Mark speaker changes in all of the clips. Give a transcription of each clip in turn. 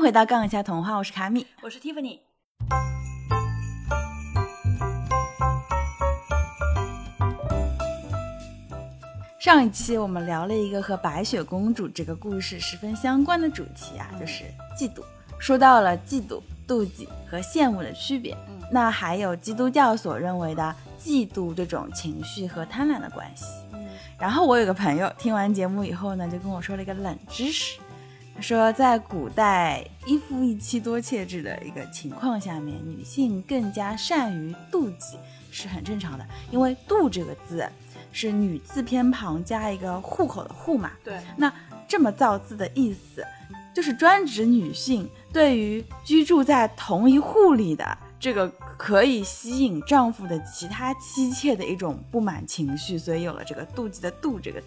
Speaker 1: 回到《杠一下童话》，我是卡米。
Speaker 2: 我是 Tiffany。
Speaker 1: 上一期我们聊了一个和白雪公主这个故事十分相关的主题啊，就是嫉妒。说到了嫉妒、妒忌和羡慕的区别，
Speaker 2: 嗯
Speaker 1: 那还有基督教所认为的嫉妒这种情绪和贪婪的关系。
Speaker 2: 嗯
Speaker 1: 然后我有个朋友听完节目以后呢，就跟我说了一个冷知识，他说在古代一夫一妻多妾制的一个情况下面，女性更加善于妒忌是很正常的，因为“妒”这个字是女字偏旁加一个户口的“户”嘛，
Speaker 2: 对，
Speaker 1: 那这么造字的意思，就是专指女性对于居住在同一户里的这个可以吸引丈夫的其他妻妾的一种不满情绪，所以有了这个妒忌的“妒”这个字。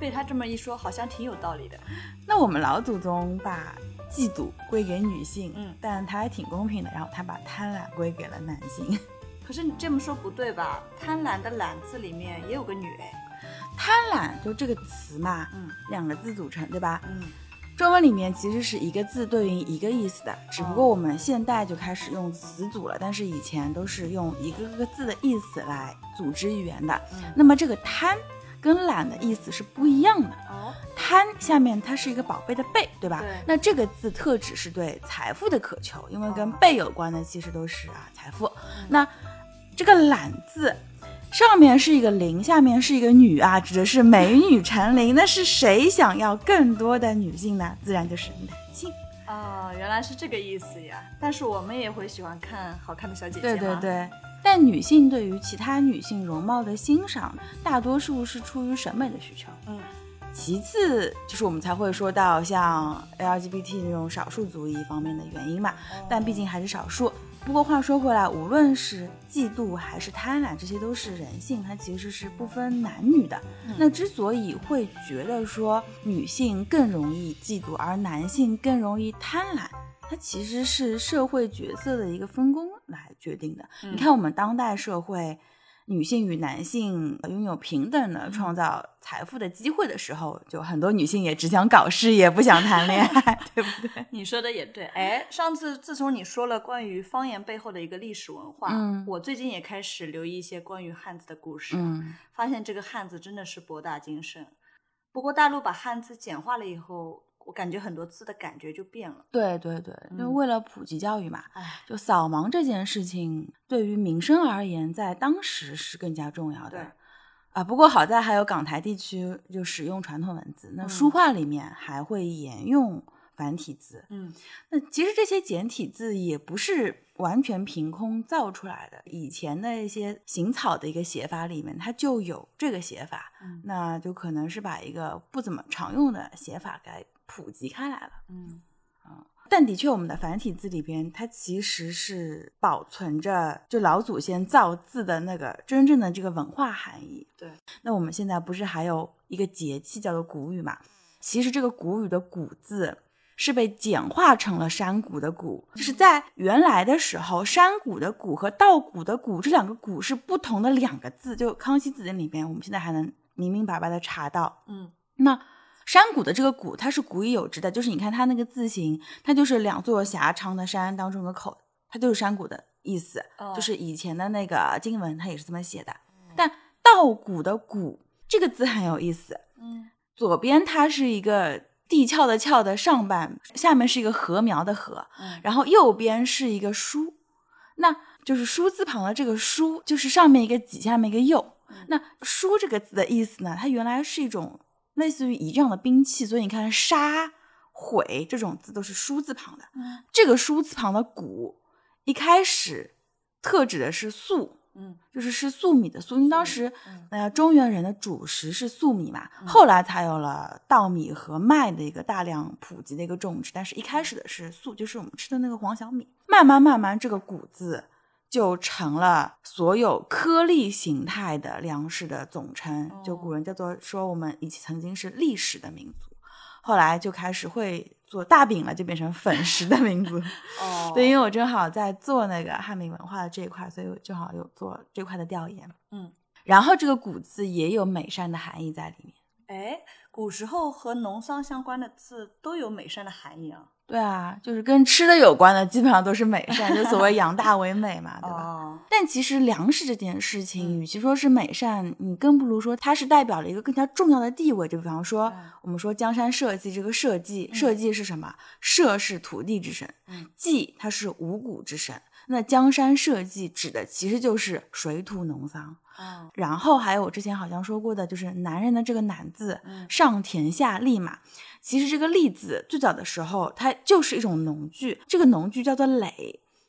Speaker 2: 被他这么一说，好像挺有道理的。
Speaker 1: 那我们老祖宗把嫉妒归给女性，
Speaker 2: 嗯
Speaker 1: 但他还挺公平的，然后他把贪婪归给了男性。
Speaker 2: 可是你这么说不对吧？贪婪的“婪”字里面也有个女哎。
Speaker 1: 贪婪就这个词嘛，
Speaker 2: 嗯
Speaker 1: 两个字组成，对吧？
Speaker 2: 嗯
Speaker 1: 中文里面其实是一个字对应一个意思的，只不过我们现代就开始用词组了，但是以前都是用一个个字的意思来组织语言的。
Speaker 2: 嗯。
Speaker 1: 那么这个贪跟懒的意思是不一样的。
Speaker 2: 哦，
Speaker 1: 贪下面它是一个宝贝的贝，对吧？
Speaker 2: 对
Speaker 1: 那这个字特指是对财富的渴求，因为跟
Speaker 2: 哦
Speaker 1: 贝有关的其实都是啊财富。那这个懒字。上面是一个林，下面是一个女啊，指的是美女成林。那是谁想要更多的女性呢？自然就是男性。
Speaker 2: 哦，原来是这个意思呀！但是我们也会喜欢看好看的小姐姐
Speaker 1: 对对
Speaker 2: 嘛，
Speaker 1: 对。啊但女性对于其他女性容貌的欣赏，大多数是出于审美的需求。
Speaker 2: 嗯
Speaker 1: 其次就是我们才会说到像 LGBT 那种少数族裔方面的原因嘛，但毕竟还是少数。不过话说回来，无论是嫉妒还是贪婪，这些都是人性，它其实是不分男女的。那之所以会觉得说女性更容易嫉妒，而男性更容易贪婪，它其实是社会角色的一个分工来决定的。
Speaker 2: 嗯
Speaker 1: 你看，我们当代社会，女性与男性呃拥有平等的创造财富的机会的时候，就很多女性也只想搞事业，不想谈恋 爱，对不对？
Speaker 2: 你说的也对。哎，上次自从你说了关于方言背后的一个历史文化，
Speaker 1: 嗯
Speaker 2: 我最近也开始留意一些关于汉字的故事，
Speaker 1: 嗯，
Speaker 2: 发现这个汉字真的是博大精深。不过大陆把汉字简化了以后，我感觉很多字的感觉就变了。
Speaker 1: 对对对，因为
Speaker 2: 嗯
Speaker 1: 为了普及教育嘛，
Speaker 2: 哎，
Speaker 1: 就扫盲这件事情，对于民生而言，在当时是更加重要
Speaker 2: 对
Speaker 1: 的。啊，不过好在还有港台地区就使用传统文字，那
Speaker 2: 嗯
Speaker 1: 书画里面还会沿用繁体字。
Speaker 2: 嗯
Speaker 1: 那其实这些简体字也不是完全凭空造出来的，以前的一些行草的一个写法里面，它就有这个写法，
Speaker 2: 嗯
Speaker 1: 那就可能是把一个不怎么常用的写法给普及开来了。
Speaker 2: 嗯，
Speaker 1: 但的确，我们的繁体字里边，它其实是保存着就老祖先造字的那个真正的这个文化含义。
Speaker 2: 对，
Speaker 1: 那我们现在不是还有一个节气叫做谷雨嘛？其实这个谷雨的“谷”字是被简化成了山谷的“谷”，就是在原来的时候，山谷的“谷”和稻谷的“谷”这两个“谷”是不同的两个字。就《康熙字典》里边，我们现在还能明明白白的查到，
Speaker 2: 嗯
Speaker 1: 那山谷的这个谷，它是古已有之的，就是你看它那个字形，它就是两座狭长的山当中的口，它就是山谷的意思，
Speaker 2: 哦
Speaker 1: 就是以前的那个经文，它也是这么写的。但稻谷的谷这个字很有意思，
Speaker 2: 嗯
Speaker 1: 左边它是一个地壳的壳的上半，下面是一个禾苗的禾，
Speaker 2: 嗯，
Speaker 1: 然后右边是一个书，那就是书字旁的这个书，就是上面一个几，下面一个右
Speaker 2: 嗯。
Speaker 1: 那书这个字的意思呢，它原来是一种类似于仪仗的兵器，所以你看杀、毁这种字都是书字旁的。
Speaker 2: 嗯
Speaker 1: 这个书字旁的谷，一开始特指的是粟，
Speaker 2: 嗯
Speaker 1: 就是是粟米的粟，因为当
Speaker 2: 粟
Speaker 1: 时
Speaker 2: 嗯
Speaker 1: 呃中原人的主食是粟米嘛，
Speaker 2: 嗯
Speaker 1: 后来才有了稻米和麦的一个大量普及的一个种植，但是一开始的是粟，就是我们吃的那个黄小米。慢慢慢慢，这个谷字就成了所有颗粒形态的粮食的总称，就
Speaker 2: 哦
Speaker 1: 古人叫做说我们以前曾经是粒食的民族，后来就开始会做大饼了，就变成粉食的民族。
Speaker 2: 哦，
Speaker 1: 对，因为我正好在做那个汉民文化的这一块，所以我正好有做这块的调研。
Speaker 2: 嗯，
Speaker 1: 然后这个“谷”字也有美善的含义在里面。
Speaker 2: 哎，古时候和农桑相关的字都有美善的含义啊。
Speaker 1: 对啊，就是跟吃的有关的，基本上都是美善，就 所谓养大为美嘛，对吧？
Speaker 2: 哦，
Speaker 1: 但其实粮食这件事情，
Speaker 2: 嗯
Speaker 1: 与其说是美善，你更不如说它是代表了一个更加重要的地位。就比方说
Speaker 2: 对，
Speaker 1: 我们说江山社稷这个社稷，
Speaker 2: 嗯
Speaker 1: 社稷是什么？社是土地之神
Speaker 2: 嗯，
Speaker 1: 稷它是五谷之神。那江山社稷指的其实就是水土农桑。
Speaker 2: 哦，
Speaker 1: 然后还有我之前好像说过的，就是男人的这个“男”字，
Speaker 2: 嗯
Speaker 1: 上田下利嘛。其实这个“利”字最早的时候，它就是一种农具，这个农具叫做耒。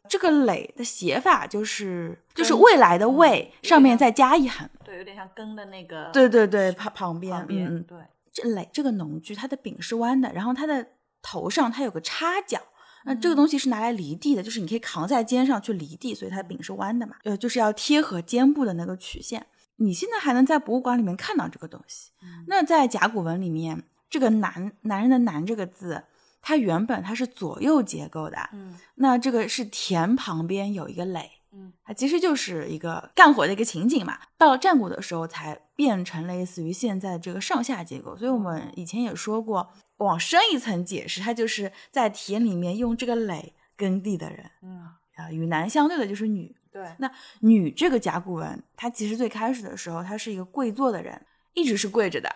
Speaker 1: 这个耒的写法就是就是
Speaker 2: 跟
Speaker 1: 未来的
Speaker 2: 嗯
Speaker 1: 未、
Speaker 2: 有
Speaker 1: 上
Speaker 2: 点
Speaker 1: 面
Speaker 2: 像
Speaker 1: 再加一横。
Speaker 2: 对，有点像根的那个
Speaker 1: 对对对，旁旁边，
Speaker 2: 旁边，
Speaker 1: 嗯嗯，
Speaker 2: 对，
Speaker 1: 这耒这个农具，它的柄是弯的，然后它的头上它有个插脚。那这个
Speaker 2: 嗯
Speaker 1: 东西是拿来犁地的，就是你可以扛在肩上去犁地，所以它的柄是弯的嘛，呃，就是要贴合肩部的那个曲线。你现在还能在博物馆里面看到这个东西。
Speaker 2: 嗯
Speaker 1: 那在甲骨文里面，这个男男人的男这个字，它原本它是左右结构的，
Speaker 2: 嗯
Speaker 1: 那这个是田旁边有一个垒，
Speaker 2: 嗯
Speaker 1: 它其实就是一个干活的一个情景嘛。到了战国的时候，才变成类似于现在这个上下结构。所以我们以前也说过，往深一层解释，它就是在田里面用这个垒耕地的人
Speaker 2: 嗯，
Speaker 1: 啊。与男相对的就是女，
Speaker 2: 对，
Speaker 1: 那女这个甲骨文，它其实最开始的时候，她是一个跪坐的人，一直是跪着的。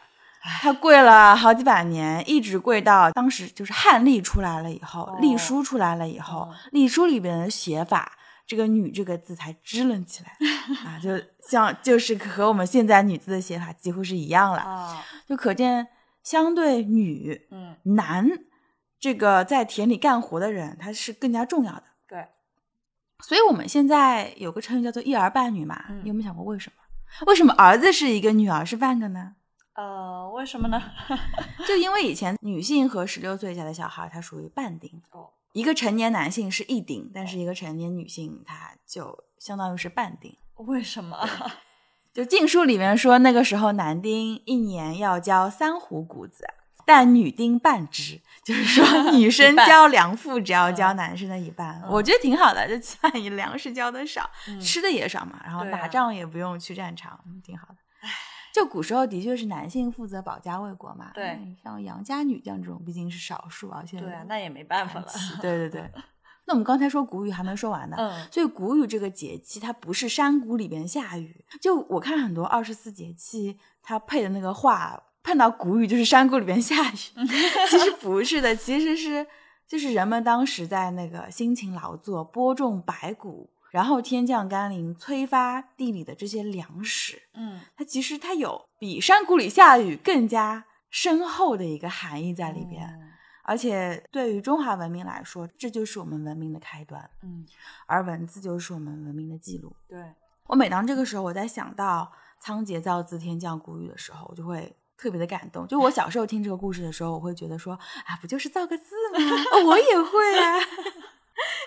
Speaker 1: 她跪了好几百年，一直跪到当时就是汉隶出来了以后
Speaker 2: 哦，
Speaker 1: 隶、书出来了以后
Speaker 2: 哦，
Speaker 1: 隶、书里边的写法，这个“女”这个字才支棱起 来啊，就像就是和我们现在“女”字的写法几乎是一样了，
Speaker 2: 啊，
Speaker 1: 就可见相对女
Speaker 2: 嗯，
Speaker 1: 男这个在田里干活的人，他是更加重要的。
Speaker 2: 对，
Speaker 1: 所以我们现在有个成语叫做“一儿半女”嘛，
Speaker 2: 嗯
Speaker 1: 你有没有想过为什么？为什么儿子是一个，女儿是半个呢？
Speaker 2: 呃，为什么呢？
Speaker 1: 就因为以前女性和十六岁以下的小孩，他属于半丁，
Speaker 2: 哦，
Speaker 1: 一个成年男性是一丁，但是一个成年女性她就相当于是半丁。
Speaker 2: 为什么？
Speaker 1: 就《晋书》里面说，那个时候男丁一年要交三斛谷子，但女丁半只，就是 说女生
Speaker 2: 一半
Speaker 1: 交粮赋只要交
Speaker 2: 嗯
Speaker 1: 男生的一半，
Speaker 2: 嗯
Speaker 1: 我觉得挺好的，就起码你粮食交的少，
Speaker 2: 嗯
Speaker 1: 吃的也少嘛，然后
Speaker 2: 对啊
Speaker 1: 打仗也不用去战场，嗯挺好的。就古时候的确是男性负责保家卫国嘛，
Speaker 2: 对
Speaker 1: 嗯，像杨家女将这种毕竟是少数，而且
Speaker 2: 对啊，那也没办法
Speaker 1: 传
Speaker 2: 了。
Speaker 1: 奇，对对 对。那我们刚才说谷雨还没说完呢，
Speaker 2: 嗯，
Speaker 1: 所以谷雨这个节气，它不是山谷里边下雨。就我看很多二十四节气，它配的那个画，碰到谷雨就是山谷里边下雨，其实不是的，其实是就是人们当时在那个辛勤劳作，播种百谷，然后天降甘霖，催发地里的这些粮食。
Speaker 2: 嗯，
Speaker 1: 它其实它有比山谷里下雨更加深厚的一个含义在里边，
Speaker 2: 嗯
Speaker 1: 而且对于中华文明来说，这就是我们文明的开端。
Speaker 2: 嗯，嗯，
Speaker 1: 而文字就是我们文明的记录。
Speaker 2: 对，
Speaker 1: 我每当这个时候，我在想到“仓颉造字，天降谷雨”的时候，我就会特别的感动。就我小时候听这个故事的时候，我会觉得说啊，不就是造个字吗？哦我也会啊，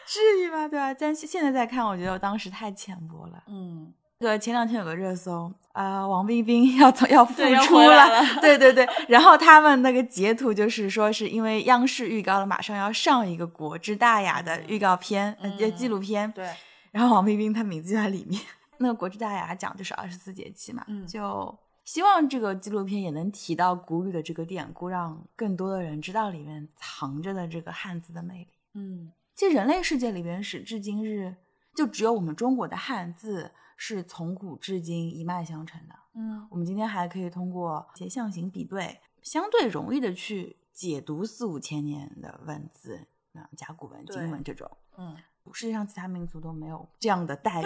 Speaker 1: 至于吗？对吧？但是现在再看，我觉得我当时太浅薄了。
Speaker 2: 嗯，
Speaker 1: 这个前两天有个热搜啊、王冰冰 要从要复
Speaker 2: 对要
Speaker 1: 出
Speaker 2: 回来了
Speaker 1: 对对对。然后他们那个截图就是说，是因为央视预告了马上要上一个《国之大雅》的预告片，呃，就
Speaker 2: 嗯
Speaker 1: 纪录片。
Speaker 2: 对，
Speaker 1: 然后王冰冰她名字就在里面。 那个《国之大雅》讲就是二十四节气嘛，
Speaker 2: 嗯
Speaker 1: 就希望这个纪录片也能提到古语的这个典故，让更多的人知道里面藏着的这个汉字的魅力。
Speaker 2: 嗯，
Speaker 1: 其实人类世界里边，时至今日，就只有我们中国的汉字是从古至今一脉相承的。
Speaker 2: 嗯，
Speaker 1: 我们今天还可以通过一些象形比对，相对容易的去解读四五千年的文字，那甲骨文、
Speaker 2: 对
Speaker 1: 金文这种，
Speaker 2: 嗯，
Speaker 1: 世界上其他民族都没有这样的 待遇。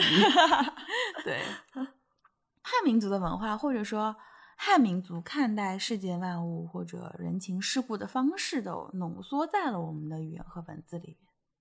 Speaker 2: 对，
Speaker 1: 汉民族的文化，或者说汉民族看待世间万物或者人情世故的方式，都浓缩在了我们的语言和文字里面。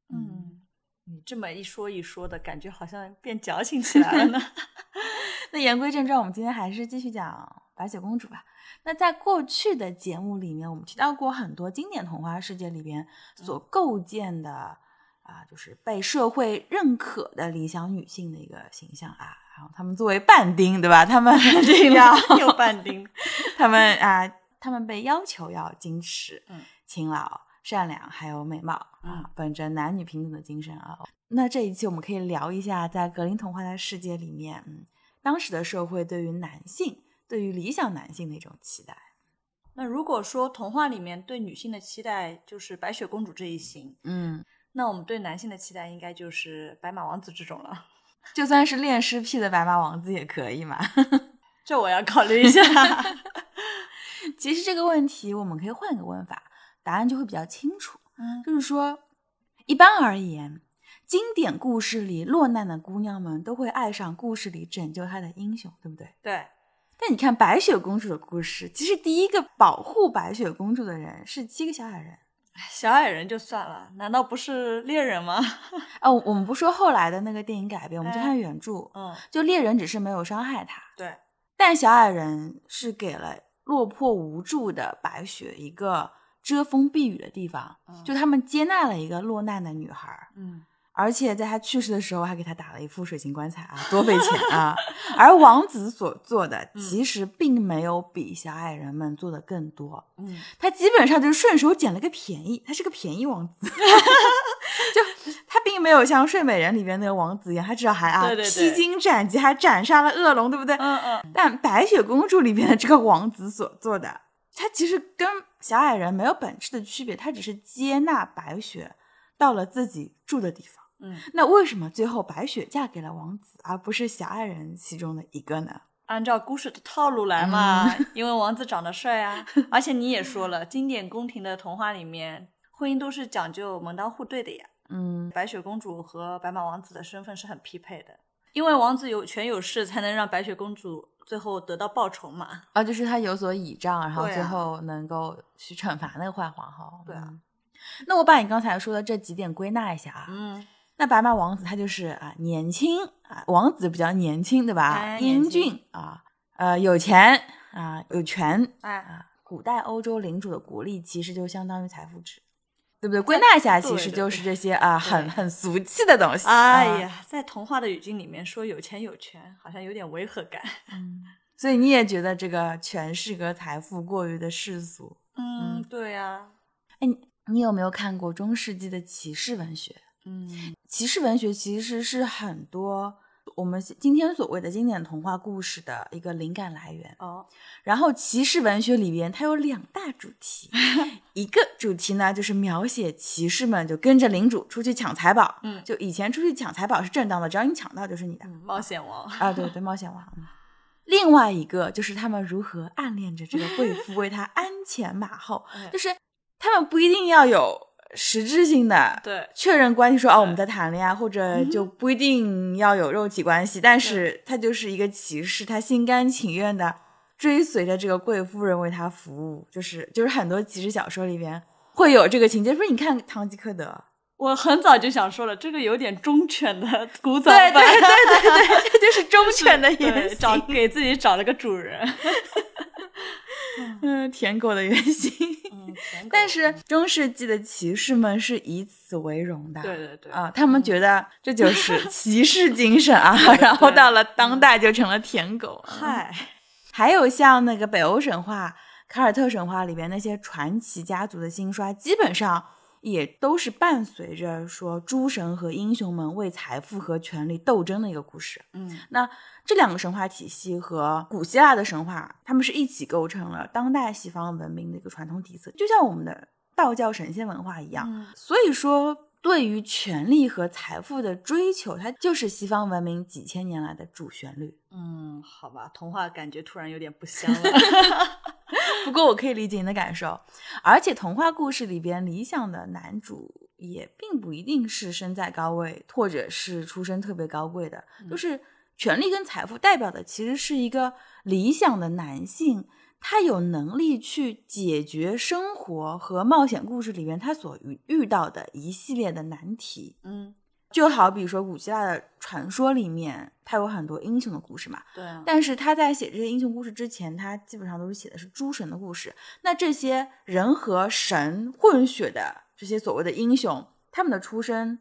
Speaker 2: 嗯，你这么一说一说的感觉，好像变矫情起来了 呢。
Speaker 1: 那言归正传，我们今天还是继续讲白雪公主吧。那在过去的节目里面，我们提到过很多经典童话世界里边所构建的啊、就是被社会认可的理想女性的一个形象啊。然后她们作为半丁，对吧？她们 这样，
Speaker 2: 又半丁，
Speaker 1: 她们啊，她们被要求要矜持、
Speaker 2: 嗯
Speaker 1: 勤劳、善良，还有美貌啊
Speaker 2: 嗯，
Speaker 1: 本着男女平等的精神啊。那这一期我们可以聊一下，在格林童话的世界里面，嗯，当时的社会对于男性、对于理想男性的一种期待。
Speaker 2: 那如果说童话里面对女性的期待就是白雪公主这一型，
Speaker 1: 嗯，
Speaker 2: 那我们对男性的期待应该就是白马王子这种了。
Speaker 1: 就算是恋尸癖的白马王子也可以嘛。
Speaker 2: 这我要考虑 一下。
Speaker 1: 其实这个问题我们可以换一个问法，答案就会比较清楚。
Speaker 2: 嗯
Speaker 1: 就是说，一般而言，经典故事里落难的姑娘们都会爱上故事里拯救她的英雄，对不对？
Speaker 2: 对，
Speaker 1: 但你看白雪公主的故事，其实第一个保护白雪公主的人是七个小矮人。
Speaker 2: 小矮人就算了，难道不是猎人吗？
Speaker 1: 哦，我们不说后来的那个电影改编，我们就
Speaker 2: 哎
Speaker 1: 看原著。
Speaker 2: 嗯，
Speaker 1: 就猎人只是没有伤害她，
Speaker 2: 对，
Speaker 1: 但小矮人是给了落魄无助的白雪一个遮风避雨的地方，
Speaker 2: 嗯
Speaker 1: 就他们接纳了一个落难的女孩儿。
Speaker 2: 嗯，
Speaker 1: 而且在他去世的时候，还给他打了一副水晶棺材啊，多费钱啊！ 而王子所做的，
Speaker 2: 嗯
Speaker 1: 其实并没有比小矮人们做的更多，
Speaker 2: 嗯，
Speaker 1: 他基本上就是顺手捡了个便宜，他是个便宜王子， 就他并没有像《睡美人》里边那个王子一样，他至少还啊
Speaker 2: 对对对
Speaker 1: 披荆斩棘，还斩杀了恶龙，对不对？
Speaker 2: 嗯嗯，
Speaker 1: 但《白雪公主》里边的这个王子所做的，他其实跟小矮人没有本质的区别，他只是接纳白雪到了自己住的地方。
Speaker 2: 嗯，
Speaker 1: 那为什么最后白雪嫁给了王子，而不是小矮人其中的一个呢？
Speaker 2: 按照故事的套路来嘛， 因为王子长得帅啊， 而且你也说了，经典宫廷的童话里面，婚姻都是讲究门当户对的呀。
Speaker 1: 嗯，
Speaker 2: 白雪公主和白马王子的身份是很匹配的，因为王子有权有势，才能让白雪公主最后得到报酬嘛。
Speaker 1: 啊，就是他有所倚仗，然后
Speaker 2: 对啊
Speaker 1: 最后能够去惩罚那个坏皇后。
Speaker 2: 对啊
Speaker 1: 嗯那我把你刚才说的这几点归纳一下啊。
Speaker 2: 嗯，
Speaker 1: 那白马王子他就是啊年轻啊，王子比较年轻对吧？
Speaker 2: 哎
Speaker 1: 英
Speaker 2: 年轻
Speaker 1: 俊啊，呃有钱啊有权
Speaker 2: 哎，
Speaker 1: 啊。古代欧洲领主的国力其实就相当于财富值，对不对？归纳一下，
Speaker 2: 对
Speaker 1: 其
Speaker 2: 对
Speaker 1: 实
Speaker 2: 对
Speaker 1: 就是这 些啊很
Speaker 2: 对
Speaker 1: 很俗气的东西。
Speaker 2: 哎
Speaker 1: 啊
Speaker 2: 呀，在童话的语境里面说有钱有权，好像有点违和感。
Speaker 1: 嗯，所以你也觉得这个权势和财富过于的世俗？
Speaker 2: 嗯
Speaker 1: 嗯，
Speaker 2: 对啊呀、
Speaker 1: 你有没有看过中世纪的骑士文学？
Speaker 2: 嗯
Speaker 1: 骑士文学其实是很多我们今天所谓的经典童话故事的一个灵感来源。
Speaker 2: 哦，
Speaker 1: 然后骑士文学里边它有两大主 题，一个主题呢就是描写骑士们就跟着领主出去抢财宝，
Speaker 2: 嗯
Speaker 1: 就以前出去抢财宝是正当的，只要你抢到就是你的。
Speaker 2: 嗯，冒险王，
Speaker 1: 啊，对 对，冒险王。嗯另外一个就是他们如何暗恋着这个 贵妇，为她鞍前马后，
Speaker 2: 嗯
Speaker 1: 就是他们不一定要有实质性的
Speaker 2: 对，
Speaker 1: 确认关系，说哦我们在
Speaker 2: 对
Speaker 1: 谈恋爱，或者
Speaker 2: 嗯哼
Speaker 1: 就不一定要有肉体关系，但是他就是一个骑士，他心甘情愿的追随着这个贵夫人为他服务，就是就是很多骑士小说里边会有这个情节，不是？你看《堂吉诃德》，
Speaker 2: 我很早就想说了，这个有点忠犬 的古早
Speaker 1: 对
Speaker 2: 版，
Speaker 1: 对对对对， 这就是忠犬的原
Speaker 2: 对，
Speaker 1: 型，
Speaker 2: 找给自己找了个主人。
Speaker 1: 嗯，舔狗的原型。
Speaker 2: 嗯，舔狗
Speaker 1: 但是中世纪的骑士们是以此为荣的，
Speaker 2: 对对对，
Speaker 1: 啊，他们觉得这 就是骑士精神啊，然后
Speaker 2: 对嗯
Speaker 1: 到了当代就成了舔狗。啊，
Speaker 2: 嗨，
Speaker 1: 还有像那个北欧神话、凯尔特神话里边那些传奇家族的兴衰，基本上也都是伴随着说诸神和英雄们为财富和权力斗争的一个故事。啊
Speaker 2: 嗯
Speaker 1: 那这两个神话体系和古希腊的神话，他们是一起构成了当代西方文明的一个传统底色，就像我们的道教神仙文化一样。
Speaker 2: 嗯
Speaker 1: 所以说，对于权力和财富的追求，它就是西方文明几千年来的主旋律。
Speaker 2: 嗯，好吧，童话感觉突然有点不香了。
Speaker 1: 不过，我可以理解你的感受，而且童话故事里边理想的男主也并不一定是身在高位，或者是出身特别高贵的，
Speaker 2: 嗯
Speaker 1: 就是权力跟财富代表的其实是一个理想的男性，他有能力去解决生活和冒险故事里面他所遇遇到的一系列的难题。
Speaker 2: 嗯，
Speaker 1: 就好比说古希腊的传说里面，它有很多英雄的故事嘛，
Speaker 2: 对啊，
Speaker 1: 但是他在写这些英雄故事之前，他基本上都是写的是诸神的故事。那这些人和神混血的这些所谓的英雄，他们的出身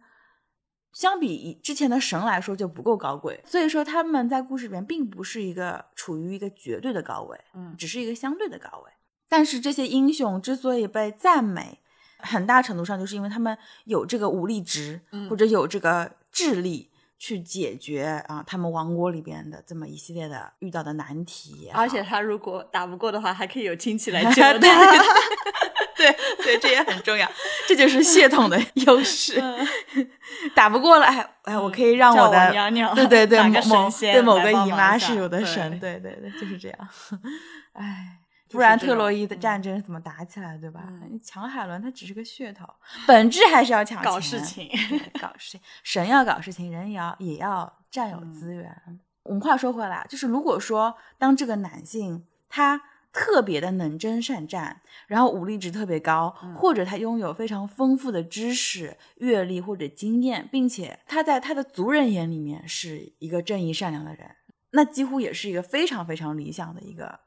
Speaker 1: 相比以之前的神来说就不够高贵，所以说他们在故事里面并不是一个处于一个绝对的高位，
Speaker 2: 嗯
Speaker 1: 只是一个相对的高位。但是这些英雄之所以被赞美，很大程度上就是因为他们有这个武力值，
Speaker 2: 嗯
Speaker 1: 或者有这个智力，去解决啊他们王国里边的这么一系列的遇到的难题啊也好，
Speaker 2: 而且他如果打不过的话，还可以有亲戚来 救
Speaker 1: 对
Speaker 2: 他。
Speaker 1: 对对，这也很重要， 嗯这就是血统的优势。
Speaker 2: 嗯
Speaker 1: 打不过了，哎哎，我可以让
Speaker 2: 叫
Speaker 1: 我的
Speaker 2: 娘娘，
Speaker 1: 对对对，
Speaker 2: 哪
Speaker 1: 某
Speaker 2: 个
Speaker 1: 某
Speaker 2: 神仙
Speaker 1: 对某
Speaker 2: 来
Speaker 1: 个
Speaker 2: 帮
Speaker 1: 姨
Speaker 2: 忙
Speaker 1: 妈
Speaker 2: 一下
Speaker 1: 是我的
Speaker 2: 对
Speaker 1: 神，对对对，就是这样。唉，
Speaker 2: 就
Speaker 1: 不然
Speaker 2: 是这
Speaker 1: 特洛
Speaker 2: 种
Speaker 1: 伊的
Speaker 2: 嗯
Speaker 1: 战争怎么打起来，对吧？
Speaker 2: 嗯
Speaker 1: 抢海伦它只是个噱头，本质还是要抢
Speaker 2: 搞事
Speaker 1: 钱
Speaker 2: 情
Speaker 1: 对搞事情， 神要搞事情，人也要也要占有
Speaker 2: 嗯
Speaker 1: 资源。我们话说回来，啊就是如果说当这个男性他特别的能征善战，然后武力值特别高，
Speaker 2: 嗯
Speaker 1: 或者他拥有非常丰富的知识、阅历或者经验，并且他在他的族人眼里面是一个正义善良的人，那几乎也是一个非常非常理想的一个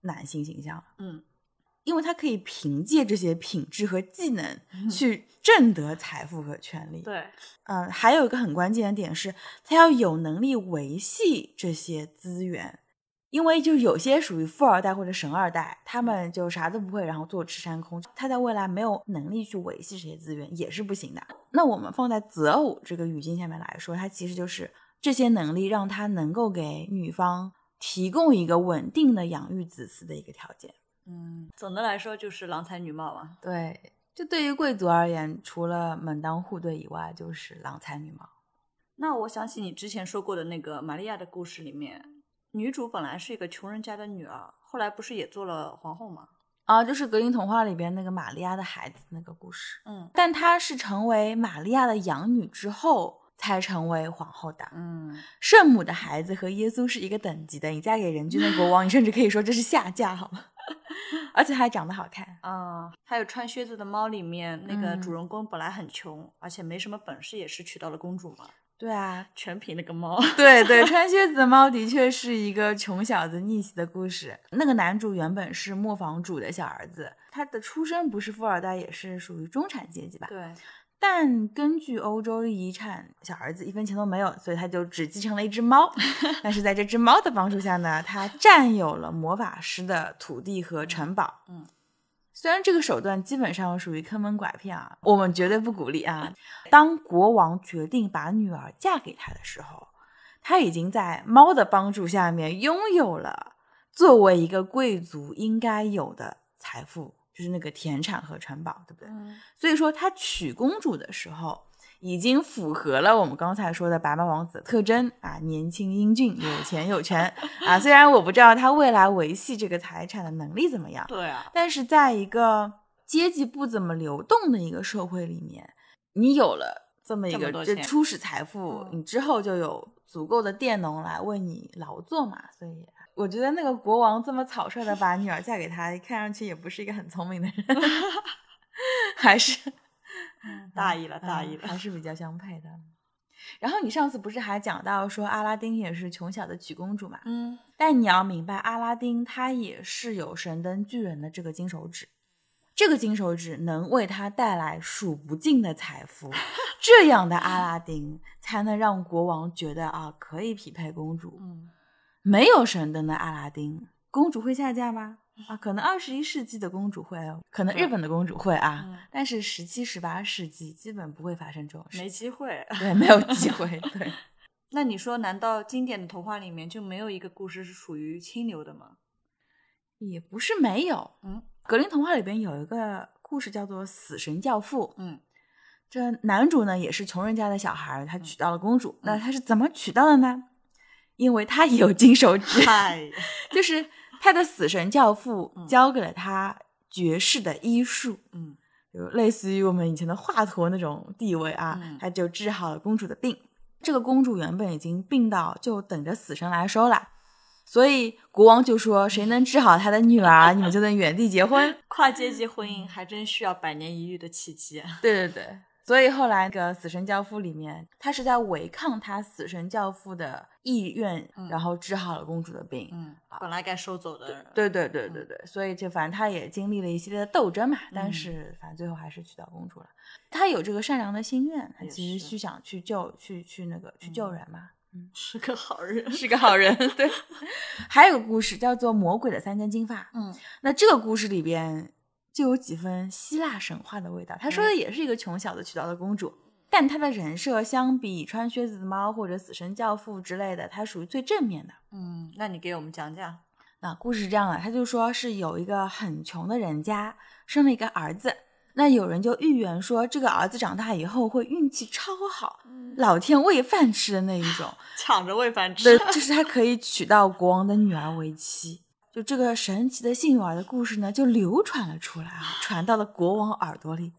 Speaker 1: 男性形象。
Speaker 2: 嗯，
Speaker 1: 因为他可以凭借这些品质和技能
Speaker 2: 嗯
Speaker 1: 去挣得财富和权利。
Speaker 2: 对，
Speaker 1: 嗯，还有一个很关键的点是，他要有能力维系这些资源，因为就有些属于富二代或者神二代，他们就啥都不会，然后坐吃山空，他在未来没有能力去维系这些资源也是不行的。那我们放在择偶这个语境下面来说，它其实就是这些能力让他能够给女方提供一个稳定的养育子嗣的一个条件。
Speaker 2: 嗯，总的来说就是郎才女貌啊嘛。
Speaker 1: 对，就对于贵族而言，除了门当户对以外，就是郎才女貌。
Speaker 2: 那我想起你之前说过的那个玛利亚的故事里面，女主本来是一个穷人家的女儿，后来不是也做了皇后吗？
Speaker 1: 啊，就是格林童话里边那个玛利亚的孩子那个故事，
Speaker 2: 嗯
Speaker 1: 但她是成为玛利亚的养女之后才成为皇后的。
Speaker 2: 嗯，
Speaker 1: 圣母的孩子和耶稣是一个等级的，你嫁给人均的国王，你甚至可以说这是下嫁，好吗？ 而且还长得好看。
Speaker 2: 啊、还有穿靴子的猫里面那个
Speaker 1: 嗯
Speaker 2: 主人公本来很穷，而且没什么本事，也是娶到了公主嘛，
Speaker 1: 对啊，
Speaker 2: 全凭那个猫。
Speaker 1: 对对，穿靴子的猫的确是一个穷小子逆袭的故事。那个男主原本是磨坊主的小儿子，他的出身不是富二代，也是属于中产阶级吧。
Speaker 2: 对，
Speaker 1: 但根据欧洲遗产，小儿子一分钱都没有，所以他就只继承了一只 猫。但是在这只猫的帮助下呢，他占有了魔法师的土地和城堡。
Speaker 2: 嗯，
Speaker 1: 虽然这个手段基本上属于坑蒙拐骗啊，我们绝对不鼓励啊。当国王决定把女儿嫁给他的时候，他已经在猫的帮助下面拥有了作为一个贵族应该有的财富，就是那个田产和城堡，对不对？
Speaker 2: 嗯
Speaker 1: 所以说他娶公主的时候，已经符合了我们刚才说的白马王子的特征啊，年轻英俊，有钱有权啊。虽然我不知道他未来维系这个财产的能力怎么样，
Speaker 2: 对啊，
Speaker 1: 但是在一个阶级不怎么流动的一个社会里面，你有了这么一
Speaker 2: 这么
Speaker 1: 个
Speaker 2: 多
Speaker 1: 这
Speaker 2: 钱
Speaker 1: 初始财富，
Speaker 2: 嗯
Speaker 1: 你之后就有足够的佃农来为你劳作嘛。所以我觉得那个国王这么草率的把女儿嫁给他，看上去也不是一个很聪明的人， 还是
Speaker 2: 大意了， 大
Speaker 1: 嗯
Speaker 2: 意了。
Speaker 1: 还是比较相配的。然后你上次不是还讲到说阿拉丁也是穷小子娶公主嘛？
Speaker 2: 嗯，
Speaker 1: 但你要明白，阿拉丁他也是有神灯巨人的这个金手指，这个金手指能为他带来数不尽的财 富。这样的阿拉丁才能让国王觉得啊，可以匹配公主。
Speaker 2: 嗯，
Speaker 1: 没有神灯的阿拉丁，公主会下嫁吗？啊，可能二十一世纪的公主会哦，可能日本的公主会啊，
Speaker 2: 嗯
Speaker 1: 但是十七、十八世纪基本不会发生这种事
Speaker 2: 没
Speaker 1: 情，
Speaker 2: 机会。
Speaker 1: 对，没有机会，对。
Speaker 2: 那你说，难道经典的童话里面就没有一个故事是属于清流的吗？
Speaker 1: 也不是没有，
Speaker 2: 嗯，
Speaker 1: 格林童话里边有一个故事叫做《死神教父》，
Speaker 2: 嗯，
Speaker 1: 这男主呢也是穷人家的小孩儿，他娶到了公主，那
Speaker 2: 嗯
Speaker 1: 他是怎么娶到的呢？因为他也有金手指，
Speaker 2: 嗨，
Speaker 1: 就是他的死神教父
Speaker 2: 嗯
Speaker 1: 教给了他绝世的医术，
Speaker 2: 嗯
Speaker 1: 就类似于我们以前的华佗那种地位啊，
Speaker 2: 嗯
Speaker 1: 他就治好了公主的病。这个公主原本已经病到就等着死神来收了，所以国王就说：“谁能治好他的女儿，你们就能原地结婚。”
Speaker 2: 跨阶级婚姻还真需要百年一遇的契机。啊
Speaker 1: 对对对，所以后来那个《死神教父》里面，他是在违抗他死神教父的意愿，
Speaker 2: 嗯
Speaker 1: 然后治好了公主的病。
Speaker 2: 嗯，本来该收走的人，
Speaker 1: 对对对对
Speaker 2: 嗯
Speaker 1: 对，所以就反正他也经历了一系列的斗争嘛，但
Speaker 2: 嗯
Speaker 1: 是反正最后还是娶到公主了。他有这个善良的心愿，他
Speaker 2: 也
Speaker 1: 其实
Speaker 2: 是
Speaker 1: 是想去救去去那个去救
Speaker 2: 嗯
Speaker 1: 人嘛。
Speaker 2: 是个好人。
Speaker 1: 是个好人，对。还有个故事叫做《魔鬼的三根金发》，
Speaker 2: 嗯
Speaker 1: 那这个故事里边就有几分希腊神话的味道。他说的也是一个穷小子娶到的公主，但他的人设相比穿靴子的猫或者死神教父之类的，他属于最正面的。
Speaker 2: 嗯，那你给我们讲讲。
Speaker 1: 那故事是这样的，他就说是有一个很穷的人家生了一个儿子，那有人就预言说这个儿子长大以后会运气超好，老天喂饭吃的那一种，
Speaker 2: 抢着喂饭 吃
Speaker 1: 对，，就是他可以娶到国王的女儿为妻。就这个神奇的幸运儿的故事呢，就流传了出来啊，传到了国王耳朵里。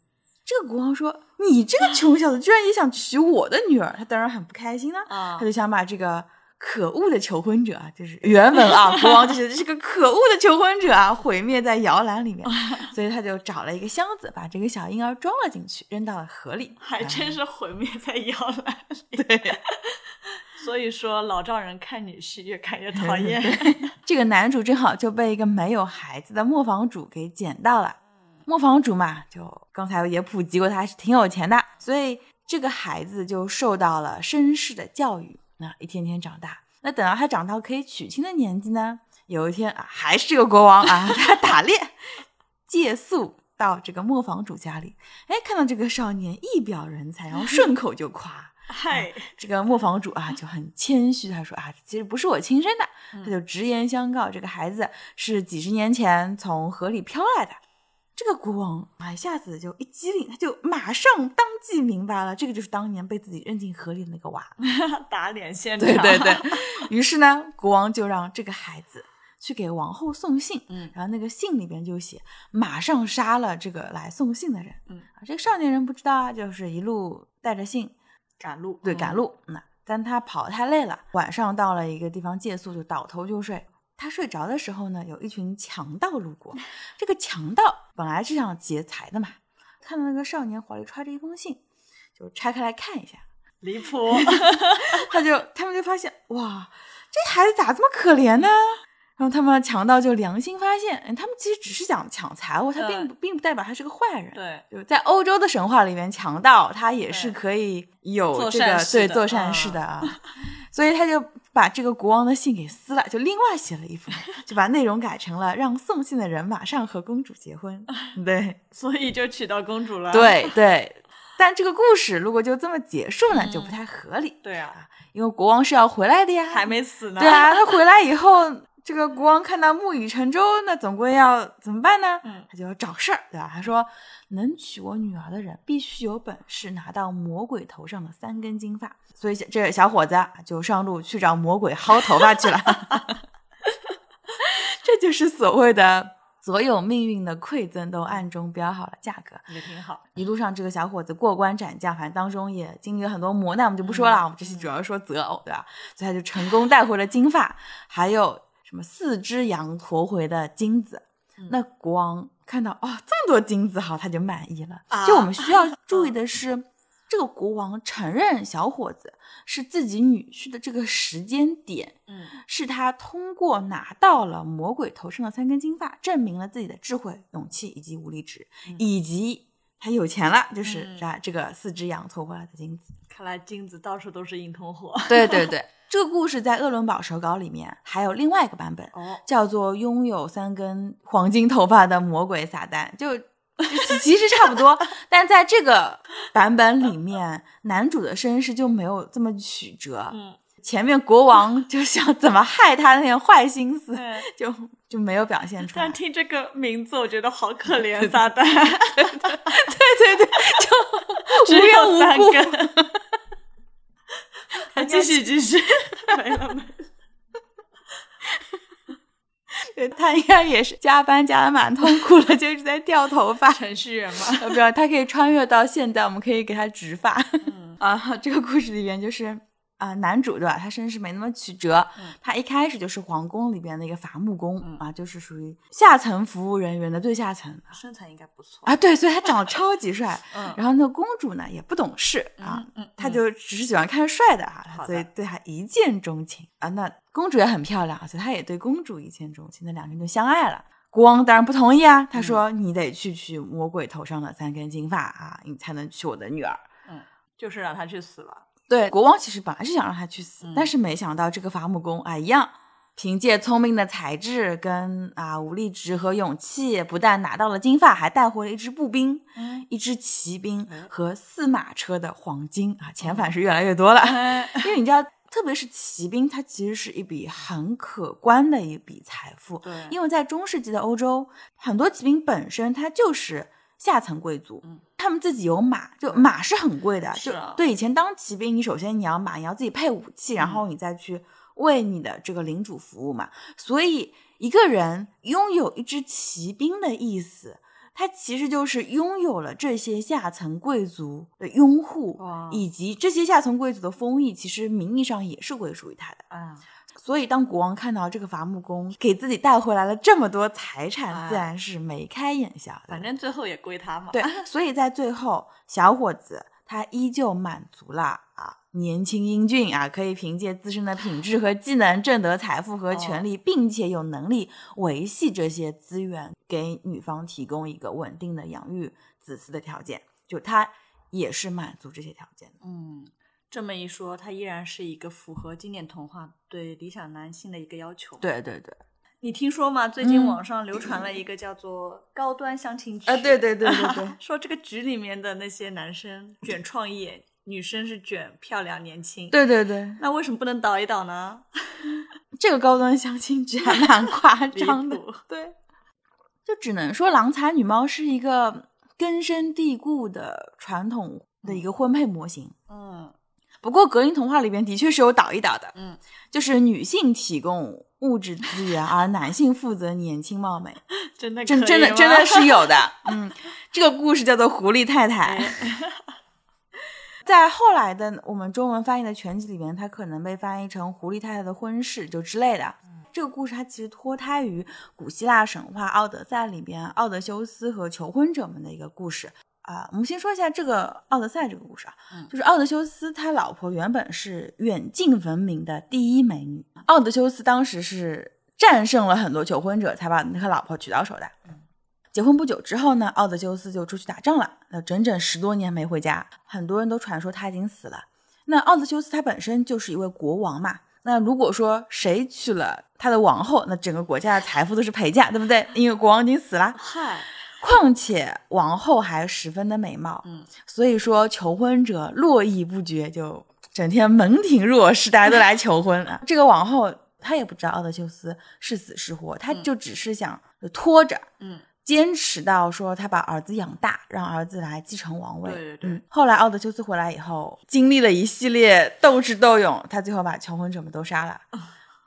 Speaker 1: 这个国王说：“你这个穷小子居然也想娶我的女儿！”他当然很不开心啦、
Speaker 2: 啊
Speaker 1: 他就想把这个可恶的求婚者啊，就是原文啊，国王就觉得这个可恶的求婚者啊，毁灭在摇篮里面，所以他就找了一个箱子，把这个小婴儿装了进去，扔到了河里。嗯
Speaker 2: 还
Speaker 1: 然后
Speaker 2: 真是毁灭在摇篮里。
Speaker 1: 对，
Speaker 2: 所以说老丈人看女婿越看越讨厌。
Speaker 1: 这个男主正好就被一个没有孩子的磨坊主给捡到了。磨坊主嘛，就刚才也普及过，他是挺有钱的，所以这个孩子就受到了绅士的教育，那一天天长大。那等到他长到可以娶亲的年纪呢，有一天啊，还是这个国王啊， 他打猎借宿到这个磨坊主家里，哎，看到这个少年一表人才，然后顺口就夸。
Speaker 2: 嗨，
Speaker 1: 这个磨坊主啊就很谦虚，他说啊，其实不是我亲生的，他就直言相告，这个孩子是几十年前从河里飘来的。这个国王啊，一下子就一激灵，他就马上当即明白了，这个就是当年被自己扔进河里的那个娃。
Speaker 2: 打脸现 场。
Speaker 1: 对对对，嗯于是呢，国王就让这个孩子去给王后送信，
Speaker 2: 嗯
Speaker 1: 然后那个信里边就写马上杀了这个来送信的人。
Speaker 2: 嗯
Speaker 1: 啊，这个少年人不知道啊，就是一路带着信
Speaker 2: 赶路，
Speaker 1: 对，赶
Speaker 2: 嗯。
Speaker 1: 路。那、但他跑太累了，晚上到了一个地方借宿，就倒头就睡。他睡着的时候呢，有一群强盗路过。这个强盗本来是想劫财的嘛，看到那个少年怀里揣着一封信，就拆开来看一下，
Speaker 2: 嗯离 谱，
Speaker 1: 他就他们就发现哇，这孩子咋这么可怜呢？然后他们强盗就良心发现，哎他们其实只是想抢财物，他并不并不代表他是个坏人。
Speaker 2: 对，
Speaker 1: 就在欧洲的神话里面，强盗他也是
Speaker 2: 对
Speaker 1: 可以有
Speaker 2: 做
Speaker 1: 这
Speaker 2: 善
Speaker 1: 个
Speaker 2: 事
Speaker 1: 对
Speaker 2: 的嗯
Speaker 1: 做善事的 啊， 所以他就把这个国王的信给撕了，就另外写了一 封，就把内容改成了让送信的人马上和公主结 婚。对
Speaker 2: 所以就娶到公主了。
Speaker 1: 对对，但这个故事如果就这么结束呢，就不太合理，
Speaker 2: 对啊，
Speaker 1: 因为国王是要回来的呀，
Speaker 2: 嗯还没死呢。
Speaker 1: 对啊，他回来以后，这个国王看到木已成舟，那总归要怎么办呢？
Speaker 2: 嗯
Speaker 1: 他就要找事儿，对吧？他说，能娶我女儿的人必须有本事拿到魔鬼头上的三根金发，所以这这小伙子啊就上路去找魔鬼薅头发去了。 这就是所谓的所有命运的馈赠都暗中标好了价格。
Speaker 2: 也挺好。
Speaker 1: 一路上这个小伙子过关斩将，反正当中也经历了很多磨难，我们就不说了。
Speaker 2: 嗯
Speaker 1: 我们这期主要说择偶，对吧？所以他就成功带回了金发，还有什么四只羊驮回的金子。
Speaker 2: 嗯
Speaker 1: 那国王看到哦，这么多金子，好，他就满意了。
Speaker 2: 啊
Speaker 1: 就我们需 要注意的是，这个国王承认小伙子是自己女婿的这个时间点，
Speaker 2: 嗯，
Speaker 1: 是他通过拿到了魔鬼头上的三根金发，证明了自己的智慧、勇气以及无理值，
Speaker 2: 嗯
Speaker 1: 以及他有钱了，就是
Speaker 2: 嗯
Speaker 1: 这这个四只羊驮回来的金子。
Speaker 2: 看来金子到处都是硬通货。
Speaker 1: 对对对， 这个故事在《鄂伦堡手稿》里面还有另外一个版本，
Speaker 2: 哦，
Speaker 1: 叫做拥有三根黄金头发的魔鬼撒旦，就。就其实差不 多，但在这个版本里面，男主的身世就没有这么曲折。
Speaker 2: 嗯，
Speaker 1: 前面国王就想怎么害他那点坏心思，
Speaker 2: 对。
Speaker 1: 就就没有表现出来
Speaker 2: 哎但。听这个名字，我觉得好 可怜，撒旦
Speaker 1: 对对对，
Speaker 2: 只
Speaker 1: 就无缘
Speaker 2: 有三
Speaker 1: 无故。
Speaker 2: 根。 啊继续继 续，没了 没了。
Speaker 1: 对他应该也是加班加的蛮痛苦了， 就一直在掉头 发。
Speaker 2: 程序员嘛，
Speaker 1: 呃，不要，他可以穿越到现代，我们可以给他植发。
Speaker 2: 嗯
Speaker 1: 啊，这个故事里边就是啊、男主对吧？他身世没那么曲折，
Speaker 2: 嗯
Speaker 1: 他一开始就是皇宫里边的一个伐木工、
Speaker 2: 嗯
Speaker 1: 啊，就是属于下层服务人员的最下层
Speaker 2: 身材应该不错。
Speaker 1: 啊。对，所以他长得超级帅。
Speaker 2: 嗯，
Speaker 1: 然后那个公主呢也不懂事啊，
Speaker 2: 嗯，嗯
Speaker 1: 他
Speaker 2: 嗯
Speaker 1: 就只是喜欢看帅的哈、
Speaker 2: 好的
Speaker 1: 所以对他一见钟情啊。那公主也很漂亮，所以他也对公主一见钟情，那两个人就相爱了。国王当然不同意啊，
Speaker 2: 嗯
Speaker 1: 他说：“你得去取魔鬼头上的三根金发啊，你才能娶我的女儿。
Speaker 2: 就是让他去死了。”
Speaker 1: 对，国王其实本来是想让他去死，
Speaker 2: 嗯
Speaker 1: 但是没想到这个伐木工啊，一样凭借聪明的才智跟啊武力值和勇气，不但拿到了金发，还带回了一支步兵、
Speaker 2: 嗯
Speaker 1: 一支骑兵
Speaker 2: 嗯
Speaker 1: 和四马车的黄金啊，遣返是越来越多 了。
Speaker 2: 哎
Speaker 1: 因为你知道，特别是骑兵，它其实是一笔很可观的一笔财富，
Speaker 2: 对，
Speaker 1: 因为在中世纪的欧洲，很多骑兵本身它就是下层贵族，
Speaker 2: 嗯
Speaker 1: 他们自己有马，就马是很贵的，
Speaker 2: 是
Speaker 1: 就
Speaker 2: 啊
Speaker 1: 对以前当骑兵，你首先你要马，你要自己配武器，然
Speaker 2: 嗯
Speaker 1: 后你再去为你的这个领主服务嘛，所以一个人拥有一支骑兵的意思。他其实就是拥有了这些下层贵族的拥护，
Speaker 2: 哇
Speaker 1: 以及这些下层贵族的封邑，其实名义上也是归属于他的。
Speaker 2: 啊，
Speaker 1: 所以，当国王看到这个伐木工给自己带回来了这么多财产，
Speaker 2: 哎
Speaker 1: 自然是眉开眼笑的。
Speaker 2: 反正最后也归他嘛。
Speaker 1: 对，所以在最后，小伙子他依旧满足了啊，年轻英俊啊，可以凭借自身的品质和技能挣得财富和权利，并且有能力维系这些资源，给女方提供一个稳定的养育子嗣的条件。就他也是满足这些条件的。
Speaker 2: 嗯，这么一说，他依然是一个符合经典童话对理想男性的一个要求。，
Speaker 1: 对对对，
Speaker 2: 你听说吗？最近
Speaker 1: 嗯
Speaker 2: 网上流传了一个叫做《高端相亲局》
Speaker 1: 啊对对对对对
Speaker 2: 说这个局里面的那些男生卷创业，女生是卷漂亮年轻。，
Speaker 1: 对对对，
Speaker 2: 那为什么不能倒一倒呢？
Speaker 1: 这个高端相 亲局还蛮 夸
Speaker 2: 离
Speaker 1: 张的。
Speaker 2: 谱
Speaker 1: 对，就只能说郎才女貌是一个根深蒂固的传统的一个婚配模型。
Speaker 2: 嗯
Speaker 1: 不过格林童话里边的确是有倒一倒的，
Speaker 2: 嗯，
Speaker 1: 就是女性提供物质资源，而男性负责年轻貌美，
Speaker 2: 真 的
Speaker 1: 真
Speaker 2: 可
Speaker 1: 真
Speaker 2: 以
Speaker 1: 的
Speaker 2: 吗
Speaker 1: 真 的是有的。嗯，这个故事叫做《狐狸太太》。
Speaker 2: 哎
Speaker 1: 在后来的我们中文翻译的全集里面，它可能被翻译成“狐狸太太的婚事”就之类的。这个故事它其实脱胎于古希腊神话《奥德赛》里边奥德修斯和求婚者们的一个故事啊、我们先说一下这个《奥德赛》这个故事啊，
Speaker 2: 嗯
Speaker 1: 就是奥德修斯他老婆原本是远近闻名的第一美女，奥德修斯当时是战胜了很多求婚者，才把那个老婆娶到手的。结婚不久之后呢，奥德修斯就出去打仗了，那整整十多年没回家，很多人都传说他已经死了。那奥德修斯他本身就是一位国王嘛，那如果说谁娶了他的王后，那整个国家的财富都是陪嫁，对不对？因为国王已经死了，
Speaker 2: 嗨，
Speaker 1: 况且王后还十分的美貌，
Speaker 2: 嗯，
Speaker 1: 所以说求婚者络绎不绝，就整天门庭若市，大家都来求婚 啊。这个王后她也不知道奥德修斯是死是活，她就只是想拖着，
Speaker 2: 嗯，
Speaker 1: 坚持到说他把儿子养大，让儿子来继承王位。
Speaker 2: 对对对
Speaker 1: 嗯。后来奥德修斯回来以后，经历了一系列斗智斗勇，他最后把求婚者们都杀了，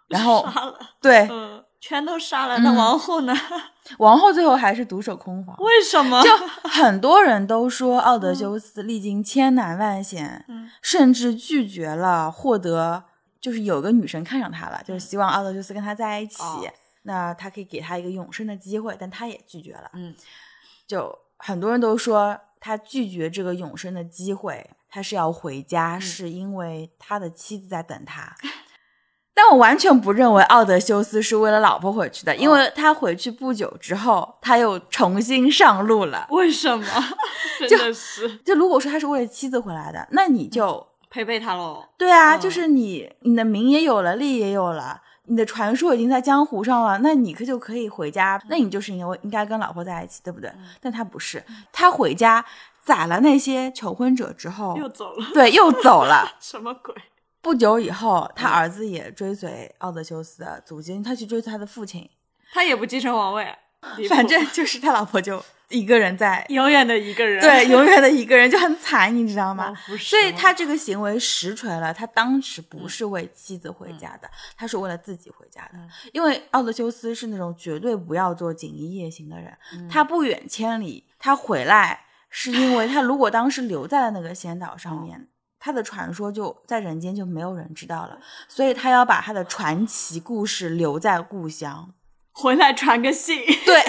Speaker 1: 然后
Speaker 2: 啊 杀了，
Speaker 1: 对
Speaker 2: 嗯，全都杀了，
Speaker 1: 嗯
Speaker 2: 那王 后呢？
Speaker 1: 王后最后还是独守空房。
Speaker 2: 为什么？
Speaker 1: 就很多人都说奥德修斯历经千难万险，
Speaker 2: 嗯
Speaker 1: 甚至拒绝了获得，就是有个女生看上他了，就是希望奥德修斯跟他在一起，
Speaker 2: 嗯哦
Speaker 1: 那他可以给他一个永生的机会，但他也拒绝了。
Speaker 2: 嗯，
Speaker 1: 就很多人都说他拒绝这个永生的机会，他是要回家，
Speaker 2: 嗯
Speaker 1: 是因为他的妻子在等他。 但我完全不认为奥德修斯是为了老婆回去的，因为他回去不久之后，他又重新上路了。
Speaker 2: 为 什么？真的是
Speaker 1: 就如果说他是为了妻子回来的，那你就
Speaker 2: 陪陪他喽。
Speaker 1: 对啊，
Speaker 2: 嗯
Speaker 1: 就是你你的名也有了，利也有了，你的传说已经在江湖上了，那你可就可以回家，那你就是应该应该跟老婆在一起，对不
Speaker 2: 嗯
Speaker 1: 对？但他不是，他回家宰了那些求婚者之后，
Speaker 2: 又走了，
Speaker 1: 对又走了。
Speaker 2: 什么鬼？
Speaker 1: 不久以后，他儿子也追随奥德修斯的足迹，他去追随他的父 亲，
Speaker 2: 他也不继承王位，离谱，
Speaker 1: 啊反正就是他老婆就一个人在
Speaker 2: 永远的一个 人。
Speaker 1: 对，永远的一个人就很惨，你知道吗
Speaker 2: 好？不哦是
Speaker 1: 所以
Speaker 2: 吗
Speaker 1: 他这个行为实锤了，他当时不是为妻子回家的，他是为了自己回家的。
Speaker 2: 嗯
Speaker 1: 因为奥德修斯是那种绝对不要做锦衣夜行的人，
Speaker 2: 嗯
Speaker 1: 他不远千里，他回来是因为他如果当时留在了那个仙岛
Speaker 2: 哦
Speaker 1: 上面。他的传说就在人间就没有人知道了，所以他要把他的传奇故事留在故乡。
Speaker 2: 回来传个信，
Speaker 1: 对，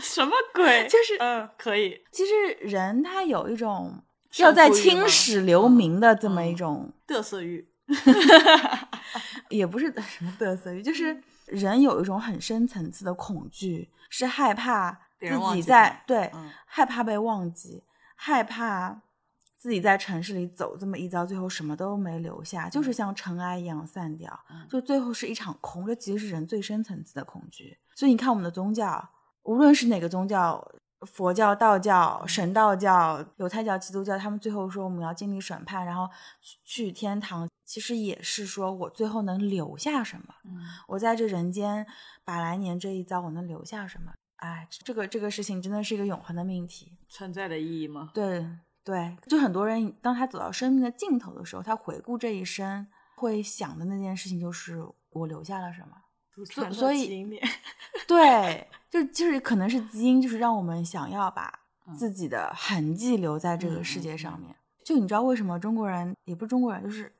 Speaker 2: 什么 鬼？
Speaker 1: 就是
Speaker 2: 嗯，可以。
Speaker 1: 其实人他有一种
Speaker 2: 胜
Speaker 1: 要在
Speaker 2: 负欲
Speaker 1: 青
Speaker 2: 吗
Speaker 1: 史留名的这么
Speaker 2: 嗯
Speaker 1: 一种
Speaker 2: 嘚瑟欲，
Speaker 1: 也不是什么嘚瑟欲，就是
Speaker 2: 嗯
Speaker 1: 人有一种很深层次的恐惧，是害怕
Speaker 2: 别
Speaker 1: 自
Speaker 2: 人忘
Speaker 1: 己
Speaker 2: 记
Speaker 1: 在
Speaker 2: 他
Speaker 1: 对、
Speaker 2: 嗯
Speaker 1: 害怕被忘记，害怕自己在城市里走这么一遭，最后什么都没留下，就是像尘埃一样散掉，就最后是一场空。这其实是人最深层次的恐惧。所以你看，我们的宗教，无论是哪个宗教，佛教、道教、神道教、犹太教、基督教，他们最后说我们要经历审判，然后去去天堂，其实也是说我最后能留下什么。
Speaker 2: 嗯
Speaker 1: 我在这人间百来年这一遭，我能留下什么？哎，这个这个事情真的是一个永恒的命题。
Speaker 2: 存在的意义吗？
Speaker 1: 对对，就很多人当他走到生命的尽头的时候，他回顾这一生，会想的那件事情就是我留下了什么。传到
Speaker 2: 所
Speaker 1: 基
Speaker 2: 以
Speaker 1: 对，就就是可能是基因，就是让我们想要把
Speaker 2: 嗯
Speaker 1: 自己的痕迹留在这个世界上面。就你知道为什么中国人也不是中国人，就是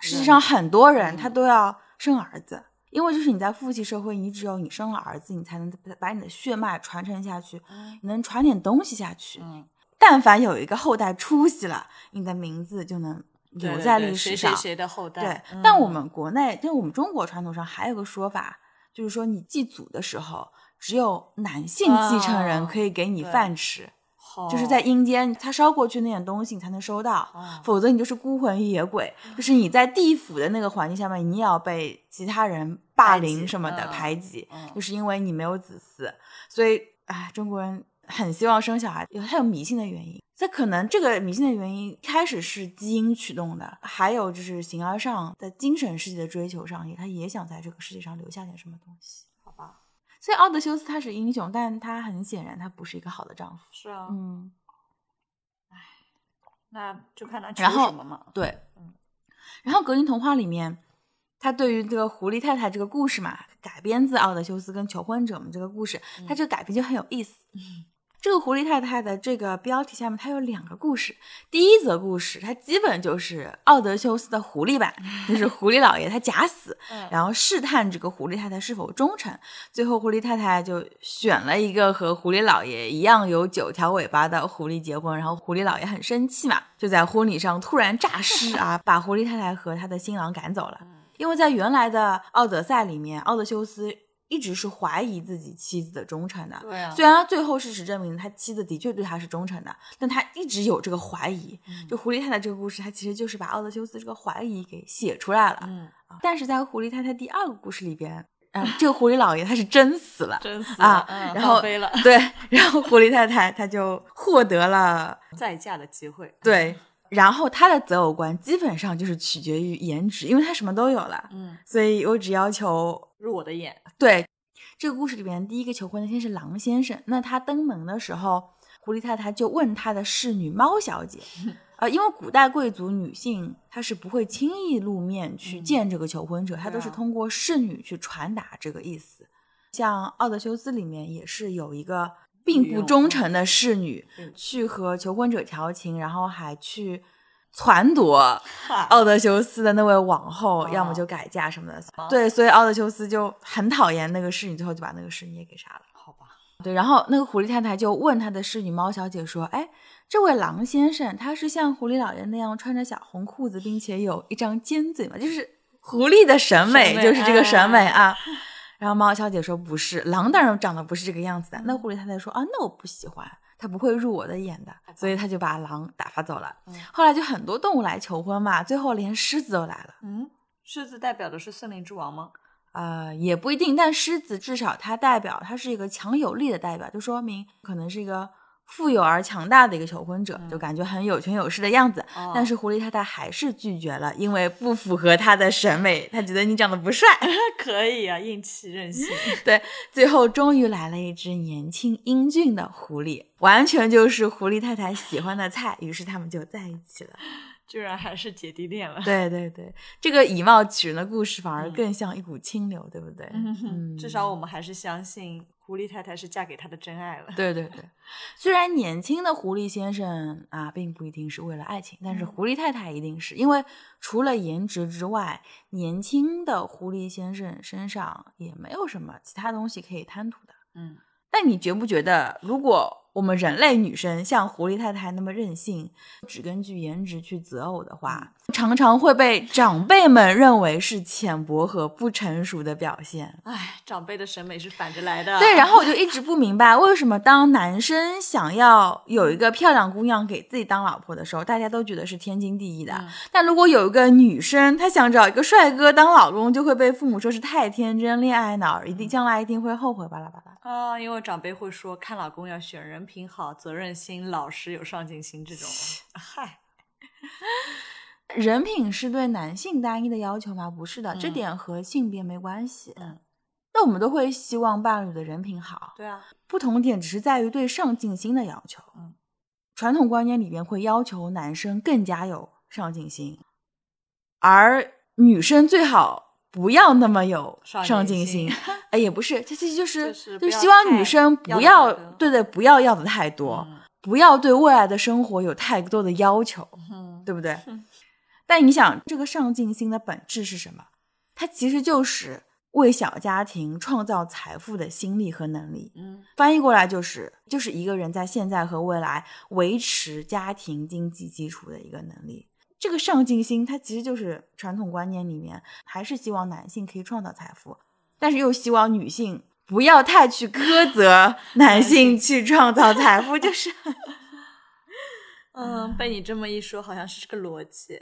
Speaker 1: 世界上很多人他
Speaker 2: 嗯
Speaker 1: 都要生儿子，因为就是你在父系社会，你只有你生了儿子，你才能把你的血脉传承下去，你能传点东西下去。
Speaker 2: 嗯，
Speaker 1: 但凡有一个后代出息了，你的名字就能
Speaker 2: 对
Speaker 1: 留
Speaker 2: 对
Speaker 1: 在
Speaker 2: 对
Speaker 1: 历
Speaker 2: 谁
Speaker 1: 史
Speaker 2: 谁
Speaker 1: 上。
Speaker 2: 谁的后代
Speaker 1: 对？，但
Speaker 2: 嗯
Speaker 1: 我们国内，就我们中国传统上还有个说法，就是说你祭祖的时候，只有男性继承人
Speaker 2: 啊
Speaker 1: 可以给你
Speaker 2: 对哦
Speaker 1: 饭吃，
Speaker 2: 好
Speaker 1: 就是在阴间他烧过去那点东西你才能收到，
Speaker 2: 哦
Speaker 1: 否则你就是孤魂野鬼，就是你在地府的那个环境下面，你也要被其他人霸
Speaker 2: 排挤
Speaker 1: 凌什么的
Speaker 2: 嗯
Speaker 1: 排挤，
Speaker 2: 嗯
Speaker 1: 就是因为你没有子嗣，所以哎，中国人很希望生小孩，有它有迷信的原因。这可能这个迷信的原因一开始是基因驱动的，还有就是形而上在精神世界的追求上，也他也想在这个世界上留下点什么东西。
Speaker 2: 好吧，
Speaker 1: 所以奥德修斯他是英雄，但他很显然他不是一个好的丈夫。
Speaker 2: 是啊，
Speaker 1: 嗯，
Speaker 2: 那就看他求
Speaker 1: 然后
Speaker 2: 什么嘛。
Speaker 1: 对
Speaker 2: 嗯，
Speaker 1: 然后《格林童话》里面，他对于这个狐狸太太这个故事嘛，改编自奥德修斯跟求婚者们这个故事，他这个改编就很有意思。 这个狐狸太太的这个标题下面，它有两个故事。第一则故事，它基本就是奥德修斯的狐狸版，就是狐狸老爷他假死，
Speaker 2: 嗯
Speaker 1: 然后试探这个狐狸太太是否忠诚。最后，狐狸太太就选了一个和狐狸老爷一样有九条尾巴的狐狸结婚，然后狐狸老爷很生气嘛，就在婚礼上突然诈尸啊，把狐狸太太和她的新郎赶走了。
Speaker 2: 嗯
Speaker 1: 因为在原来的《奥德赛》里面，奥德修斯一直是怀疑自己妻子的忠诚的。
Speaker 2: 对啊，
Speaker 1: 虽然他最后事实证明他妻子的确对他是忠诚的，但他一直有这个怀疑。
Speaker 2: 嗯
Speaker 1: 就狐狸太太这个故事，它其实就是把奥德修斯这个怀疑给写出来了。
Speaker 2: 嗯，。
Speaker 1: 啊但是在狐狸太太第二个故事里边，嗯、这个狐狸老爷他是真死了
Speaker 2: 真死
Speaker 1: 啊
Speaker 2: 了嗯
Speaker 1: 然后
Speaker 2: 放飞了
Speaker 1: 对，然后狐狸太太她就获得了
Speaker 2: 再嫁的机会。
Speaker 1: 对，然后她的择偶观基本上就是取决于颜值，因为她什么都有了，
Speaker 2: 嗯，
Speaker 1: 所以我只要求
Speaker 2: 入我的 眼。
Speaker 1: 对，这个故事里边第一个求婚的先是狼先生，那他登门的时候，狐狸太太就问他的侍女猫小 姐，呃，因为古代贵族女性她是不会轻易露面去
Speaker 2: 嗯
Speaker 1: 见这个求婚者，她
Speaker 2: 对
Speaker 1: 都是
Speaker 2: 啊
Speaker 1: 通过侍女去传达这个意思。像《奥德修斯》里面也是有一个并
Speaker 2: 女
Speaker 1: 不
Speaker 2: 嗯佣
Speaker 1: 忠诚的侍女
Speaker 2: 嗯
Speaker 1: 去和求婚者调情，然后还去撺掇
Speaker 2: 哈
Speaker 1: 奥德修斯的那位王后，
Speaker 2: 哦
Speaker 1: 要么就改嫁什么的。
Speaker 2: 哦
Speaker 1: 对，所以奥德修斯就很讨厌那个侍女，最后就把那个侍女也给杀了。
Speaker 2: 好吧，
Speaker 1: 对，然后那个狐狸太太就问她的侍女猫小姐说：“哎，这位狼先生，他是像狐狸老爷那样穿着小红裤子，并且有一张尖嘴吗？就是狐狸的审美，
Speaker 2: 审美
Speaker 1: 就是这个审美啊。”然后猫小姐说：“不是，狼当然长得不是这个样子的。”那狐狸太太说：“啊，那我不喜欢，它不会入我的眼的。”所以他就把狼打发走了
Speaker 2: 嗯。
Speaker 1: 后来就很多动物来求婚嘛，最后连狮子都来了。
Speaker 2: 嗯，狮子代表的是森林之 王吗？
Speaker 1: 呃，也不一定，但狮子至少它代表它是一个强有力的代表，就说明可能是一个富有而强大的一个求婚者，就
Speaker 2: 嗯
Speaker 1: 感觉很有权有势的样子。
Speaker 2: 哦
Speaker 1: 但是狐狸太太还是拒绝了，因为不符合她的审美，她觉得你长得不帅。
Speaker 2: 可以啊，硬气任性。
Speaker 1: 对，最后终于来了一只年轻英俊的狐狸，完全就是狐狸太太喜欢的菜，于是他们就在一起了。
Speaker 2: 居然还是姐弟恋了。
Speaker 1: 对对对，这个以貌取人的故事反而
Speaker 2: 嗯
Speaker 1: 更像一股清流，对不对？
Speaker 2: 嗯，至少
Speaker 1: 嗯
Speaker 2: 我们还是相信狐狸太太是嫁给他的真爱了。
Speaker 1: 对对对，虽然年轻的狐狸先生啊，并不一定是为了爱情，但是
Speaker 2: 嗯
Speaker 1: 狐狸太太一定是因为除了颜值之外，年轻的狐狸先生身 上也没有什么其他东西可以贪图的。
Speaker 2: 嗯，
Speaker 1: 但你觉不觉得，如果我们人类女生像狐狸太太那么任性，只根据颜值去择偶的话，常常会被长辈们认为是浅薄和不成熟的表现。
Speaker 2: 哎，长辈的审美是反着来的。
Speaker 1: 对，然后我就一直不明白，为什么当男生想要有一个漂亮姑娘给自己当老婆的时候，大家都觉得是天经地义的，
Speaker 2: 嗯
Speaker 1: 但如果有一个女生她想找一个帅哥当老公，就会被父母说是太天真、恋爱脑，一定将来一定会后悔，巴拉巴拉。
Speaker 2: 啊、因为长辈会说，看老公要选人品好、责任心、老实、有上进心这种。嗨，
Speaker 1: 人品是对男性单一的要求吗？不是的，这
Speaker 2: 嗯
Speaker 1: 点和性别没关系。
Speaker 2: 嗯，
Speaker 1: 那我们都会希望伴侣的人品好，
Speaker 2: 对啊，
Speaker 1: 不同点只是在于对上进心的要求。
Speaker 2: 嗯，
Speaker 1: 传统观念里边会要求男生更加有上进心，而女生最好不要那么有
Speaker 2: 上进
Speaker 1: 上进
Speaker 2: 心
Speaker 1: 心。 哎，也不是，这其实就是
Speaker 2: 就是
Speaker 1: 就
Speaker 2: 不要
Speaker 1: 希望
Speaker 2: 太
Speaker 1: 女生
Speaker 2: 要
Speaker 1: 不
Speaker 2: 得
Speaker 1: 要
Speaker 2: 太多
Speaker 1: 对对不要要的太多，
Speaker 2: 嗯
Speaker 1: 不要对未来的生活有太多的要求，
Speaker 2: 嗯，
Speaker 1: 对不对
Speaker 2: 哼？
Speaker 1: 但你想，这个上进心的本质是什么？它其实就是为小家庭创造财富的心力和能力。
Speaker 2: 嗯
Speaker 1: 翻译过来就是，就是一个人在现在和未来维持家庭经济基础的一个能力。这个上进心，它其实就是传统观念里面还是希望男性可以创造财富，但是又希望女性不要太去苛责 男性去创造财富，就是
Speaker 2: 嗯，被你这么一说，好像是这个逻辑。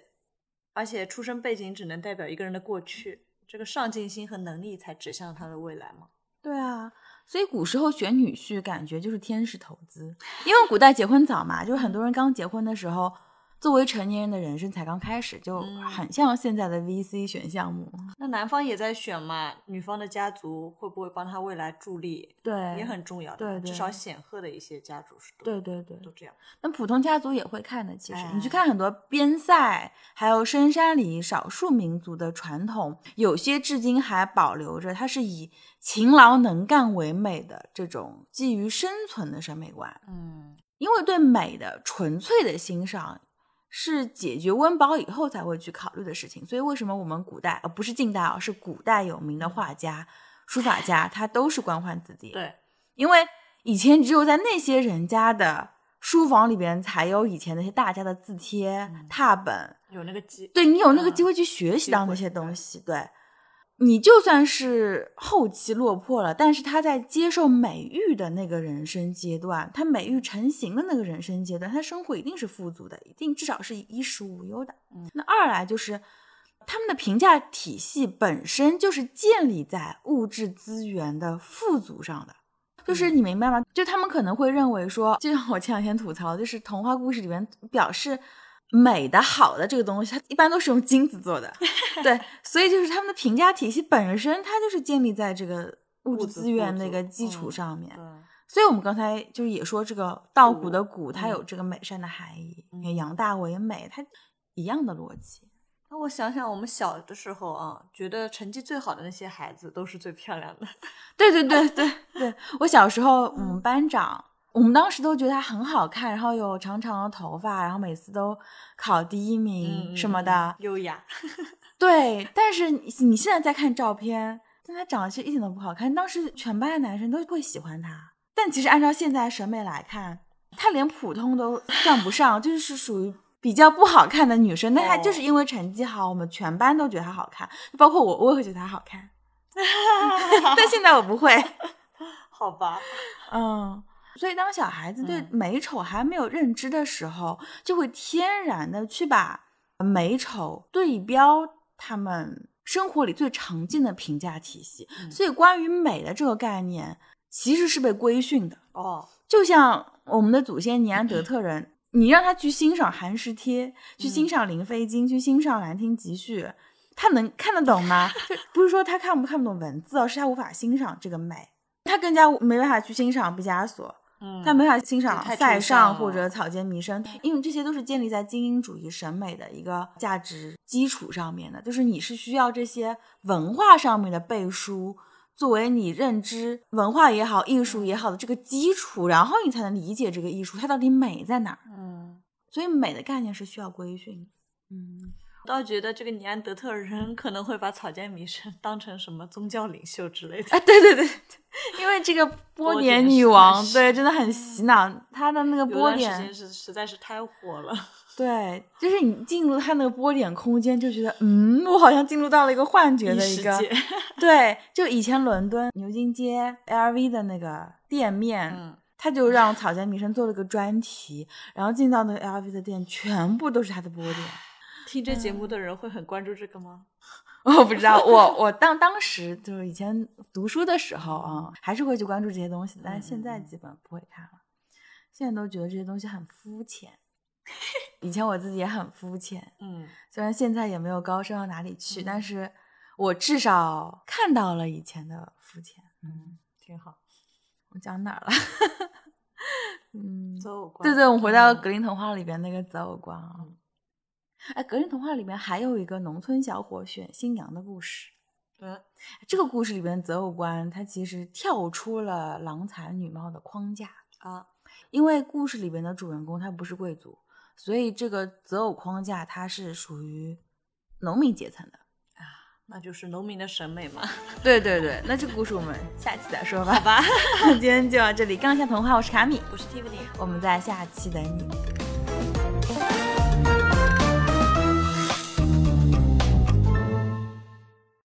Speaker 2: 而且出生背景只能代表一个人的过去，这个上进心和能力才指向他的未来嘛。
Speaker 1: 对啊。所以古时候选女婿，感觉就是天使投资，因为古代结婚早嘛，就是很多人刚结婚的时候，作为成年人的人生才刚开始，就
Speaker 2: 嗯
Speaker 1: 很像现在的 VC 选项目。
Speaker 2: 那男方也在选嘛，女方的家族会不会帮他未来助力，
Speaker 1: 对，
Speaker 2: 也很重要的嘛。
Speaker 1: 对对
Speaker 2: 至少显赫的一些家族是都
Speaker 1: 对对对。
Speaker 2: 都这样。
Speaker 1: 那普通家族也会看的，其实你去
Speaker 2: 哎
Speaker 1: 看很多边塞，还有深山里少数民族的传统，有些至今还保留着，它是以勤劳能干为美的这种基于生存的审美观，
Speaker 2: 嗯
Speaker 1: 因为对美的纯粹的欣赏。是解决温饱以后才会去考虑的事情，所以为什么我们古代呃不是近代啊，是古代有名的画家、书法家，他都是官宦子弟。
Speaker 2: 对，
Speaker 1: 因为以前只有在那些人家的书房里边才有以前那些大家的字帖、
Speaker 2: 嗯
Speaker 1: 拓本，
Speaker 2: 有那个鸡。
Speaker 1: 对你有那个
Speaker 2: 嗯
Speaker 1: 机会去学习
Speaker 2: 机
Speaker 1: 到那
Speaker 2: 会
Speaker 1: 些东
Speaker 2: 对
Speaker 1: 西。对，你就算是后期落魄了，但是他在接受美育的那个人生阶段，他美育成型的那个人生阶段，他生活一定是富足的，一定至少是衣食无忧的。
Speaker 2: 嗯
Speaker 1: 那二来就是。他们的评价体系本身就是建立在物质资源的富足上的，就是
Speaker 2: 嗯
Speaker 1: 你明白吗？就他们可能会认为说，就像我前两天吐槽，就是童话故事里面表示美的、好的这个东西，它一般都是用金子 做的，对，所以就是他们的评价体系本身，它就是建立在这个物质
Speaker 2: 物质
Speaker 1: 资源
Speaker 2: 富
Speaker 1: 的一
Speaker 2: 足
Speaker 1: 个基础
Speaker 2: 嗯
Speaker 1: 上面。
Speaker 2: 对
Speaker 1: 所以我们刚才就是也说，这个稻谷的谷，它
Speaker 2: 嗯
Speaker 1: 有这个美善的含义，
Speaker 2: 嗯
Speaker 1: 养大为美，它一样的逻辑。
Speaker 2: 那我想想，我们小的时候啊，觉得成绩最好的那些孩子都是最漂亮的。
Speaker 1: 对对对对嗯对，我小时候我们班长，我们当时都觉得他很好看，然后有长长的头发，然后每次都考第一名什么的。
Speaker 2: 嗯优雅。
Speaker 1: 对，但是你你现在再看照片，但他长得其实一点都不好看。当时全班的男生都会喜欢他，但其实按照现在审美来看，他连普通都算不上，就是属于。比较不好看的女生，但她就是
Speaker 2: 哦
Speaker 1: 因为成绩好，我们全班都觉得她好看，包括我，我也会觉得她好看。 但现在我不会。
Speaker 2: 好吧，
Speaker 1: 嗯，所以当小孩子对
Speaker 2: 嗯
Speaker 1: 美丑还没有认知的时候，就会天然的去把美丑对标他们生活里最常见的评价体系。
Speaker 2: 嗯
Speaker 1: 所以，关于美的这个概念，其实是被规训的。
Speaker 2: 哦，
Speaker 1: 就像我们的祖先尼安德特人，你让他去欣赏《寒食帖》，去欣
Speaker 2: 嗯
Speaker 1: 赏《林飞经》，去欣赏《兰亭集序》，他能看得懂吗？就不是说他看不看不懂文字哦，是他无法欣赏这个美，他更加没办法去欣赏毕加索，
Speaker 2: 嗯，
Speaker 1: 他没法欣赏
Speaker 2: 太抽
Speaker 1: 塞尚
Speaker 2: 象
Speaker 1: 或者
Speaker 2: 了
Speaker 1: 草间弥生，因为这些都是建立在精英主义审美的一个价值基础上面的，就是你是需要这些文化上面的背书。作为你认知文化也好、艺术也好的这个基础，然后你才能理解这个艺术它到底美在哪儿。
Speaker 2: 嗯，
Speaker 1: 所以美的概念是需要规训的。嗯，
Speaker 2: 倒觉得这个尼安德特人可能会把草间弥生当成什么宗教领袖之类的。
Speaker 1: 啊，对对对，因为 这个波
Speaker 2: 波
Speaker 1: 点
Speaker 2: 点
Speaker 1: 女
Speaker 2: 实在
Speaker 1: 王，
Speaker 2: 是
Speaker 1: 对，真的很洗脑。她的那个
Speaker 2: 有
Speaker 1: 波
Speaker 2: 段时间
Speaker 1: 点，
Speaker 2: 是实在是太火了，
Speaker 1: 对，就是你进入她那个波点空间，就觉得，嗯，我好像进入到了一个幻觉
Speaker 2: 异
Speaker 1: 的
Speaker 2: 世
Speaker 1: 一个，
Speaker 2: 界。
Speaker 1: 对，就以前伦敦牛津街 LV 的那个店面，
Speaker 2: 嗯，
Speaker 1: 他就让草间弥生做了个专题，然后进到那个 LV 的店，全部都是他的波 点。
Speaker 2: 听这节
Speaker 1: 嗯
Speaker 2: 目的人会很关注这个吗？
Speaker 1: 我不知道，我我当当时就是以前读书的时候啊，还是会去关注这些东西的，但是现在
Speaker 2: 嗯嗯嗯
Speaker 1: 基本不会看了。现在都觉得这些东西很肤浅， 以前我自己也很肤浅，
Speaker 2: 嗯，
Speaker 1: 虽然现在也没有高升到哪里去，但是我至少看到了以前的肤浅。嗯，
Speaker 2: 挺好。
Speaker 1: 我讲哪儿了？ 嗯，
Speaker 2: 择偶观。
Speaker 1: 对对，我们回到
Speaker 2: 嗯
Speaker 1: 《格林童话》里边那个择偶观啊。哎，《格林童话》里面还有一个农村小伙选新娘的故事。
Speaker 2: 嗯
Speaker 1: 这个故事里边择偶观，它其实跳出了郎才女貌的框架，
Speaker 2: 啊，
Speaker 1: 因为故事里边的主人公他不是贵族，所以这个择偶框架它是属于农民阶层的。
Speaker 2: 那就是农民的审美 嘛。
Speaker 1: 对对对，那这个故事我们下期再说吧。
Speaker 2: 吧，
Speaker 1: 今天就到这里，刚下童话，我是卡米，
Speaker 2: 我是 Tiffany。
Speaker 1: 我们在下期等你。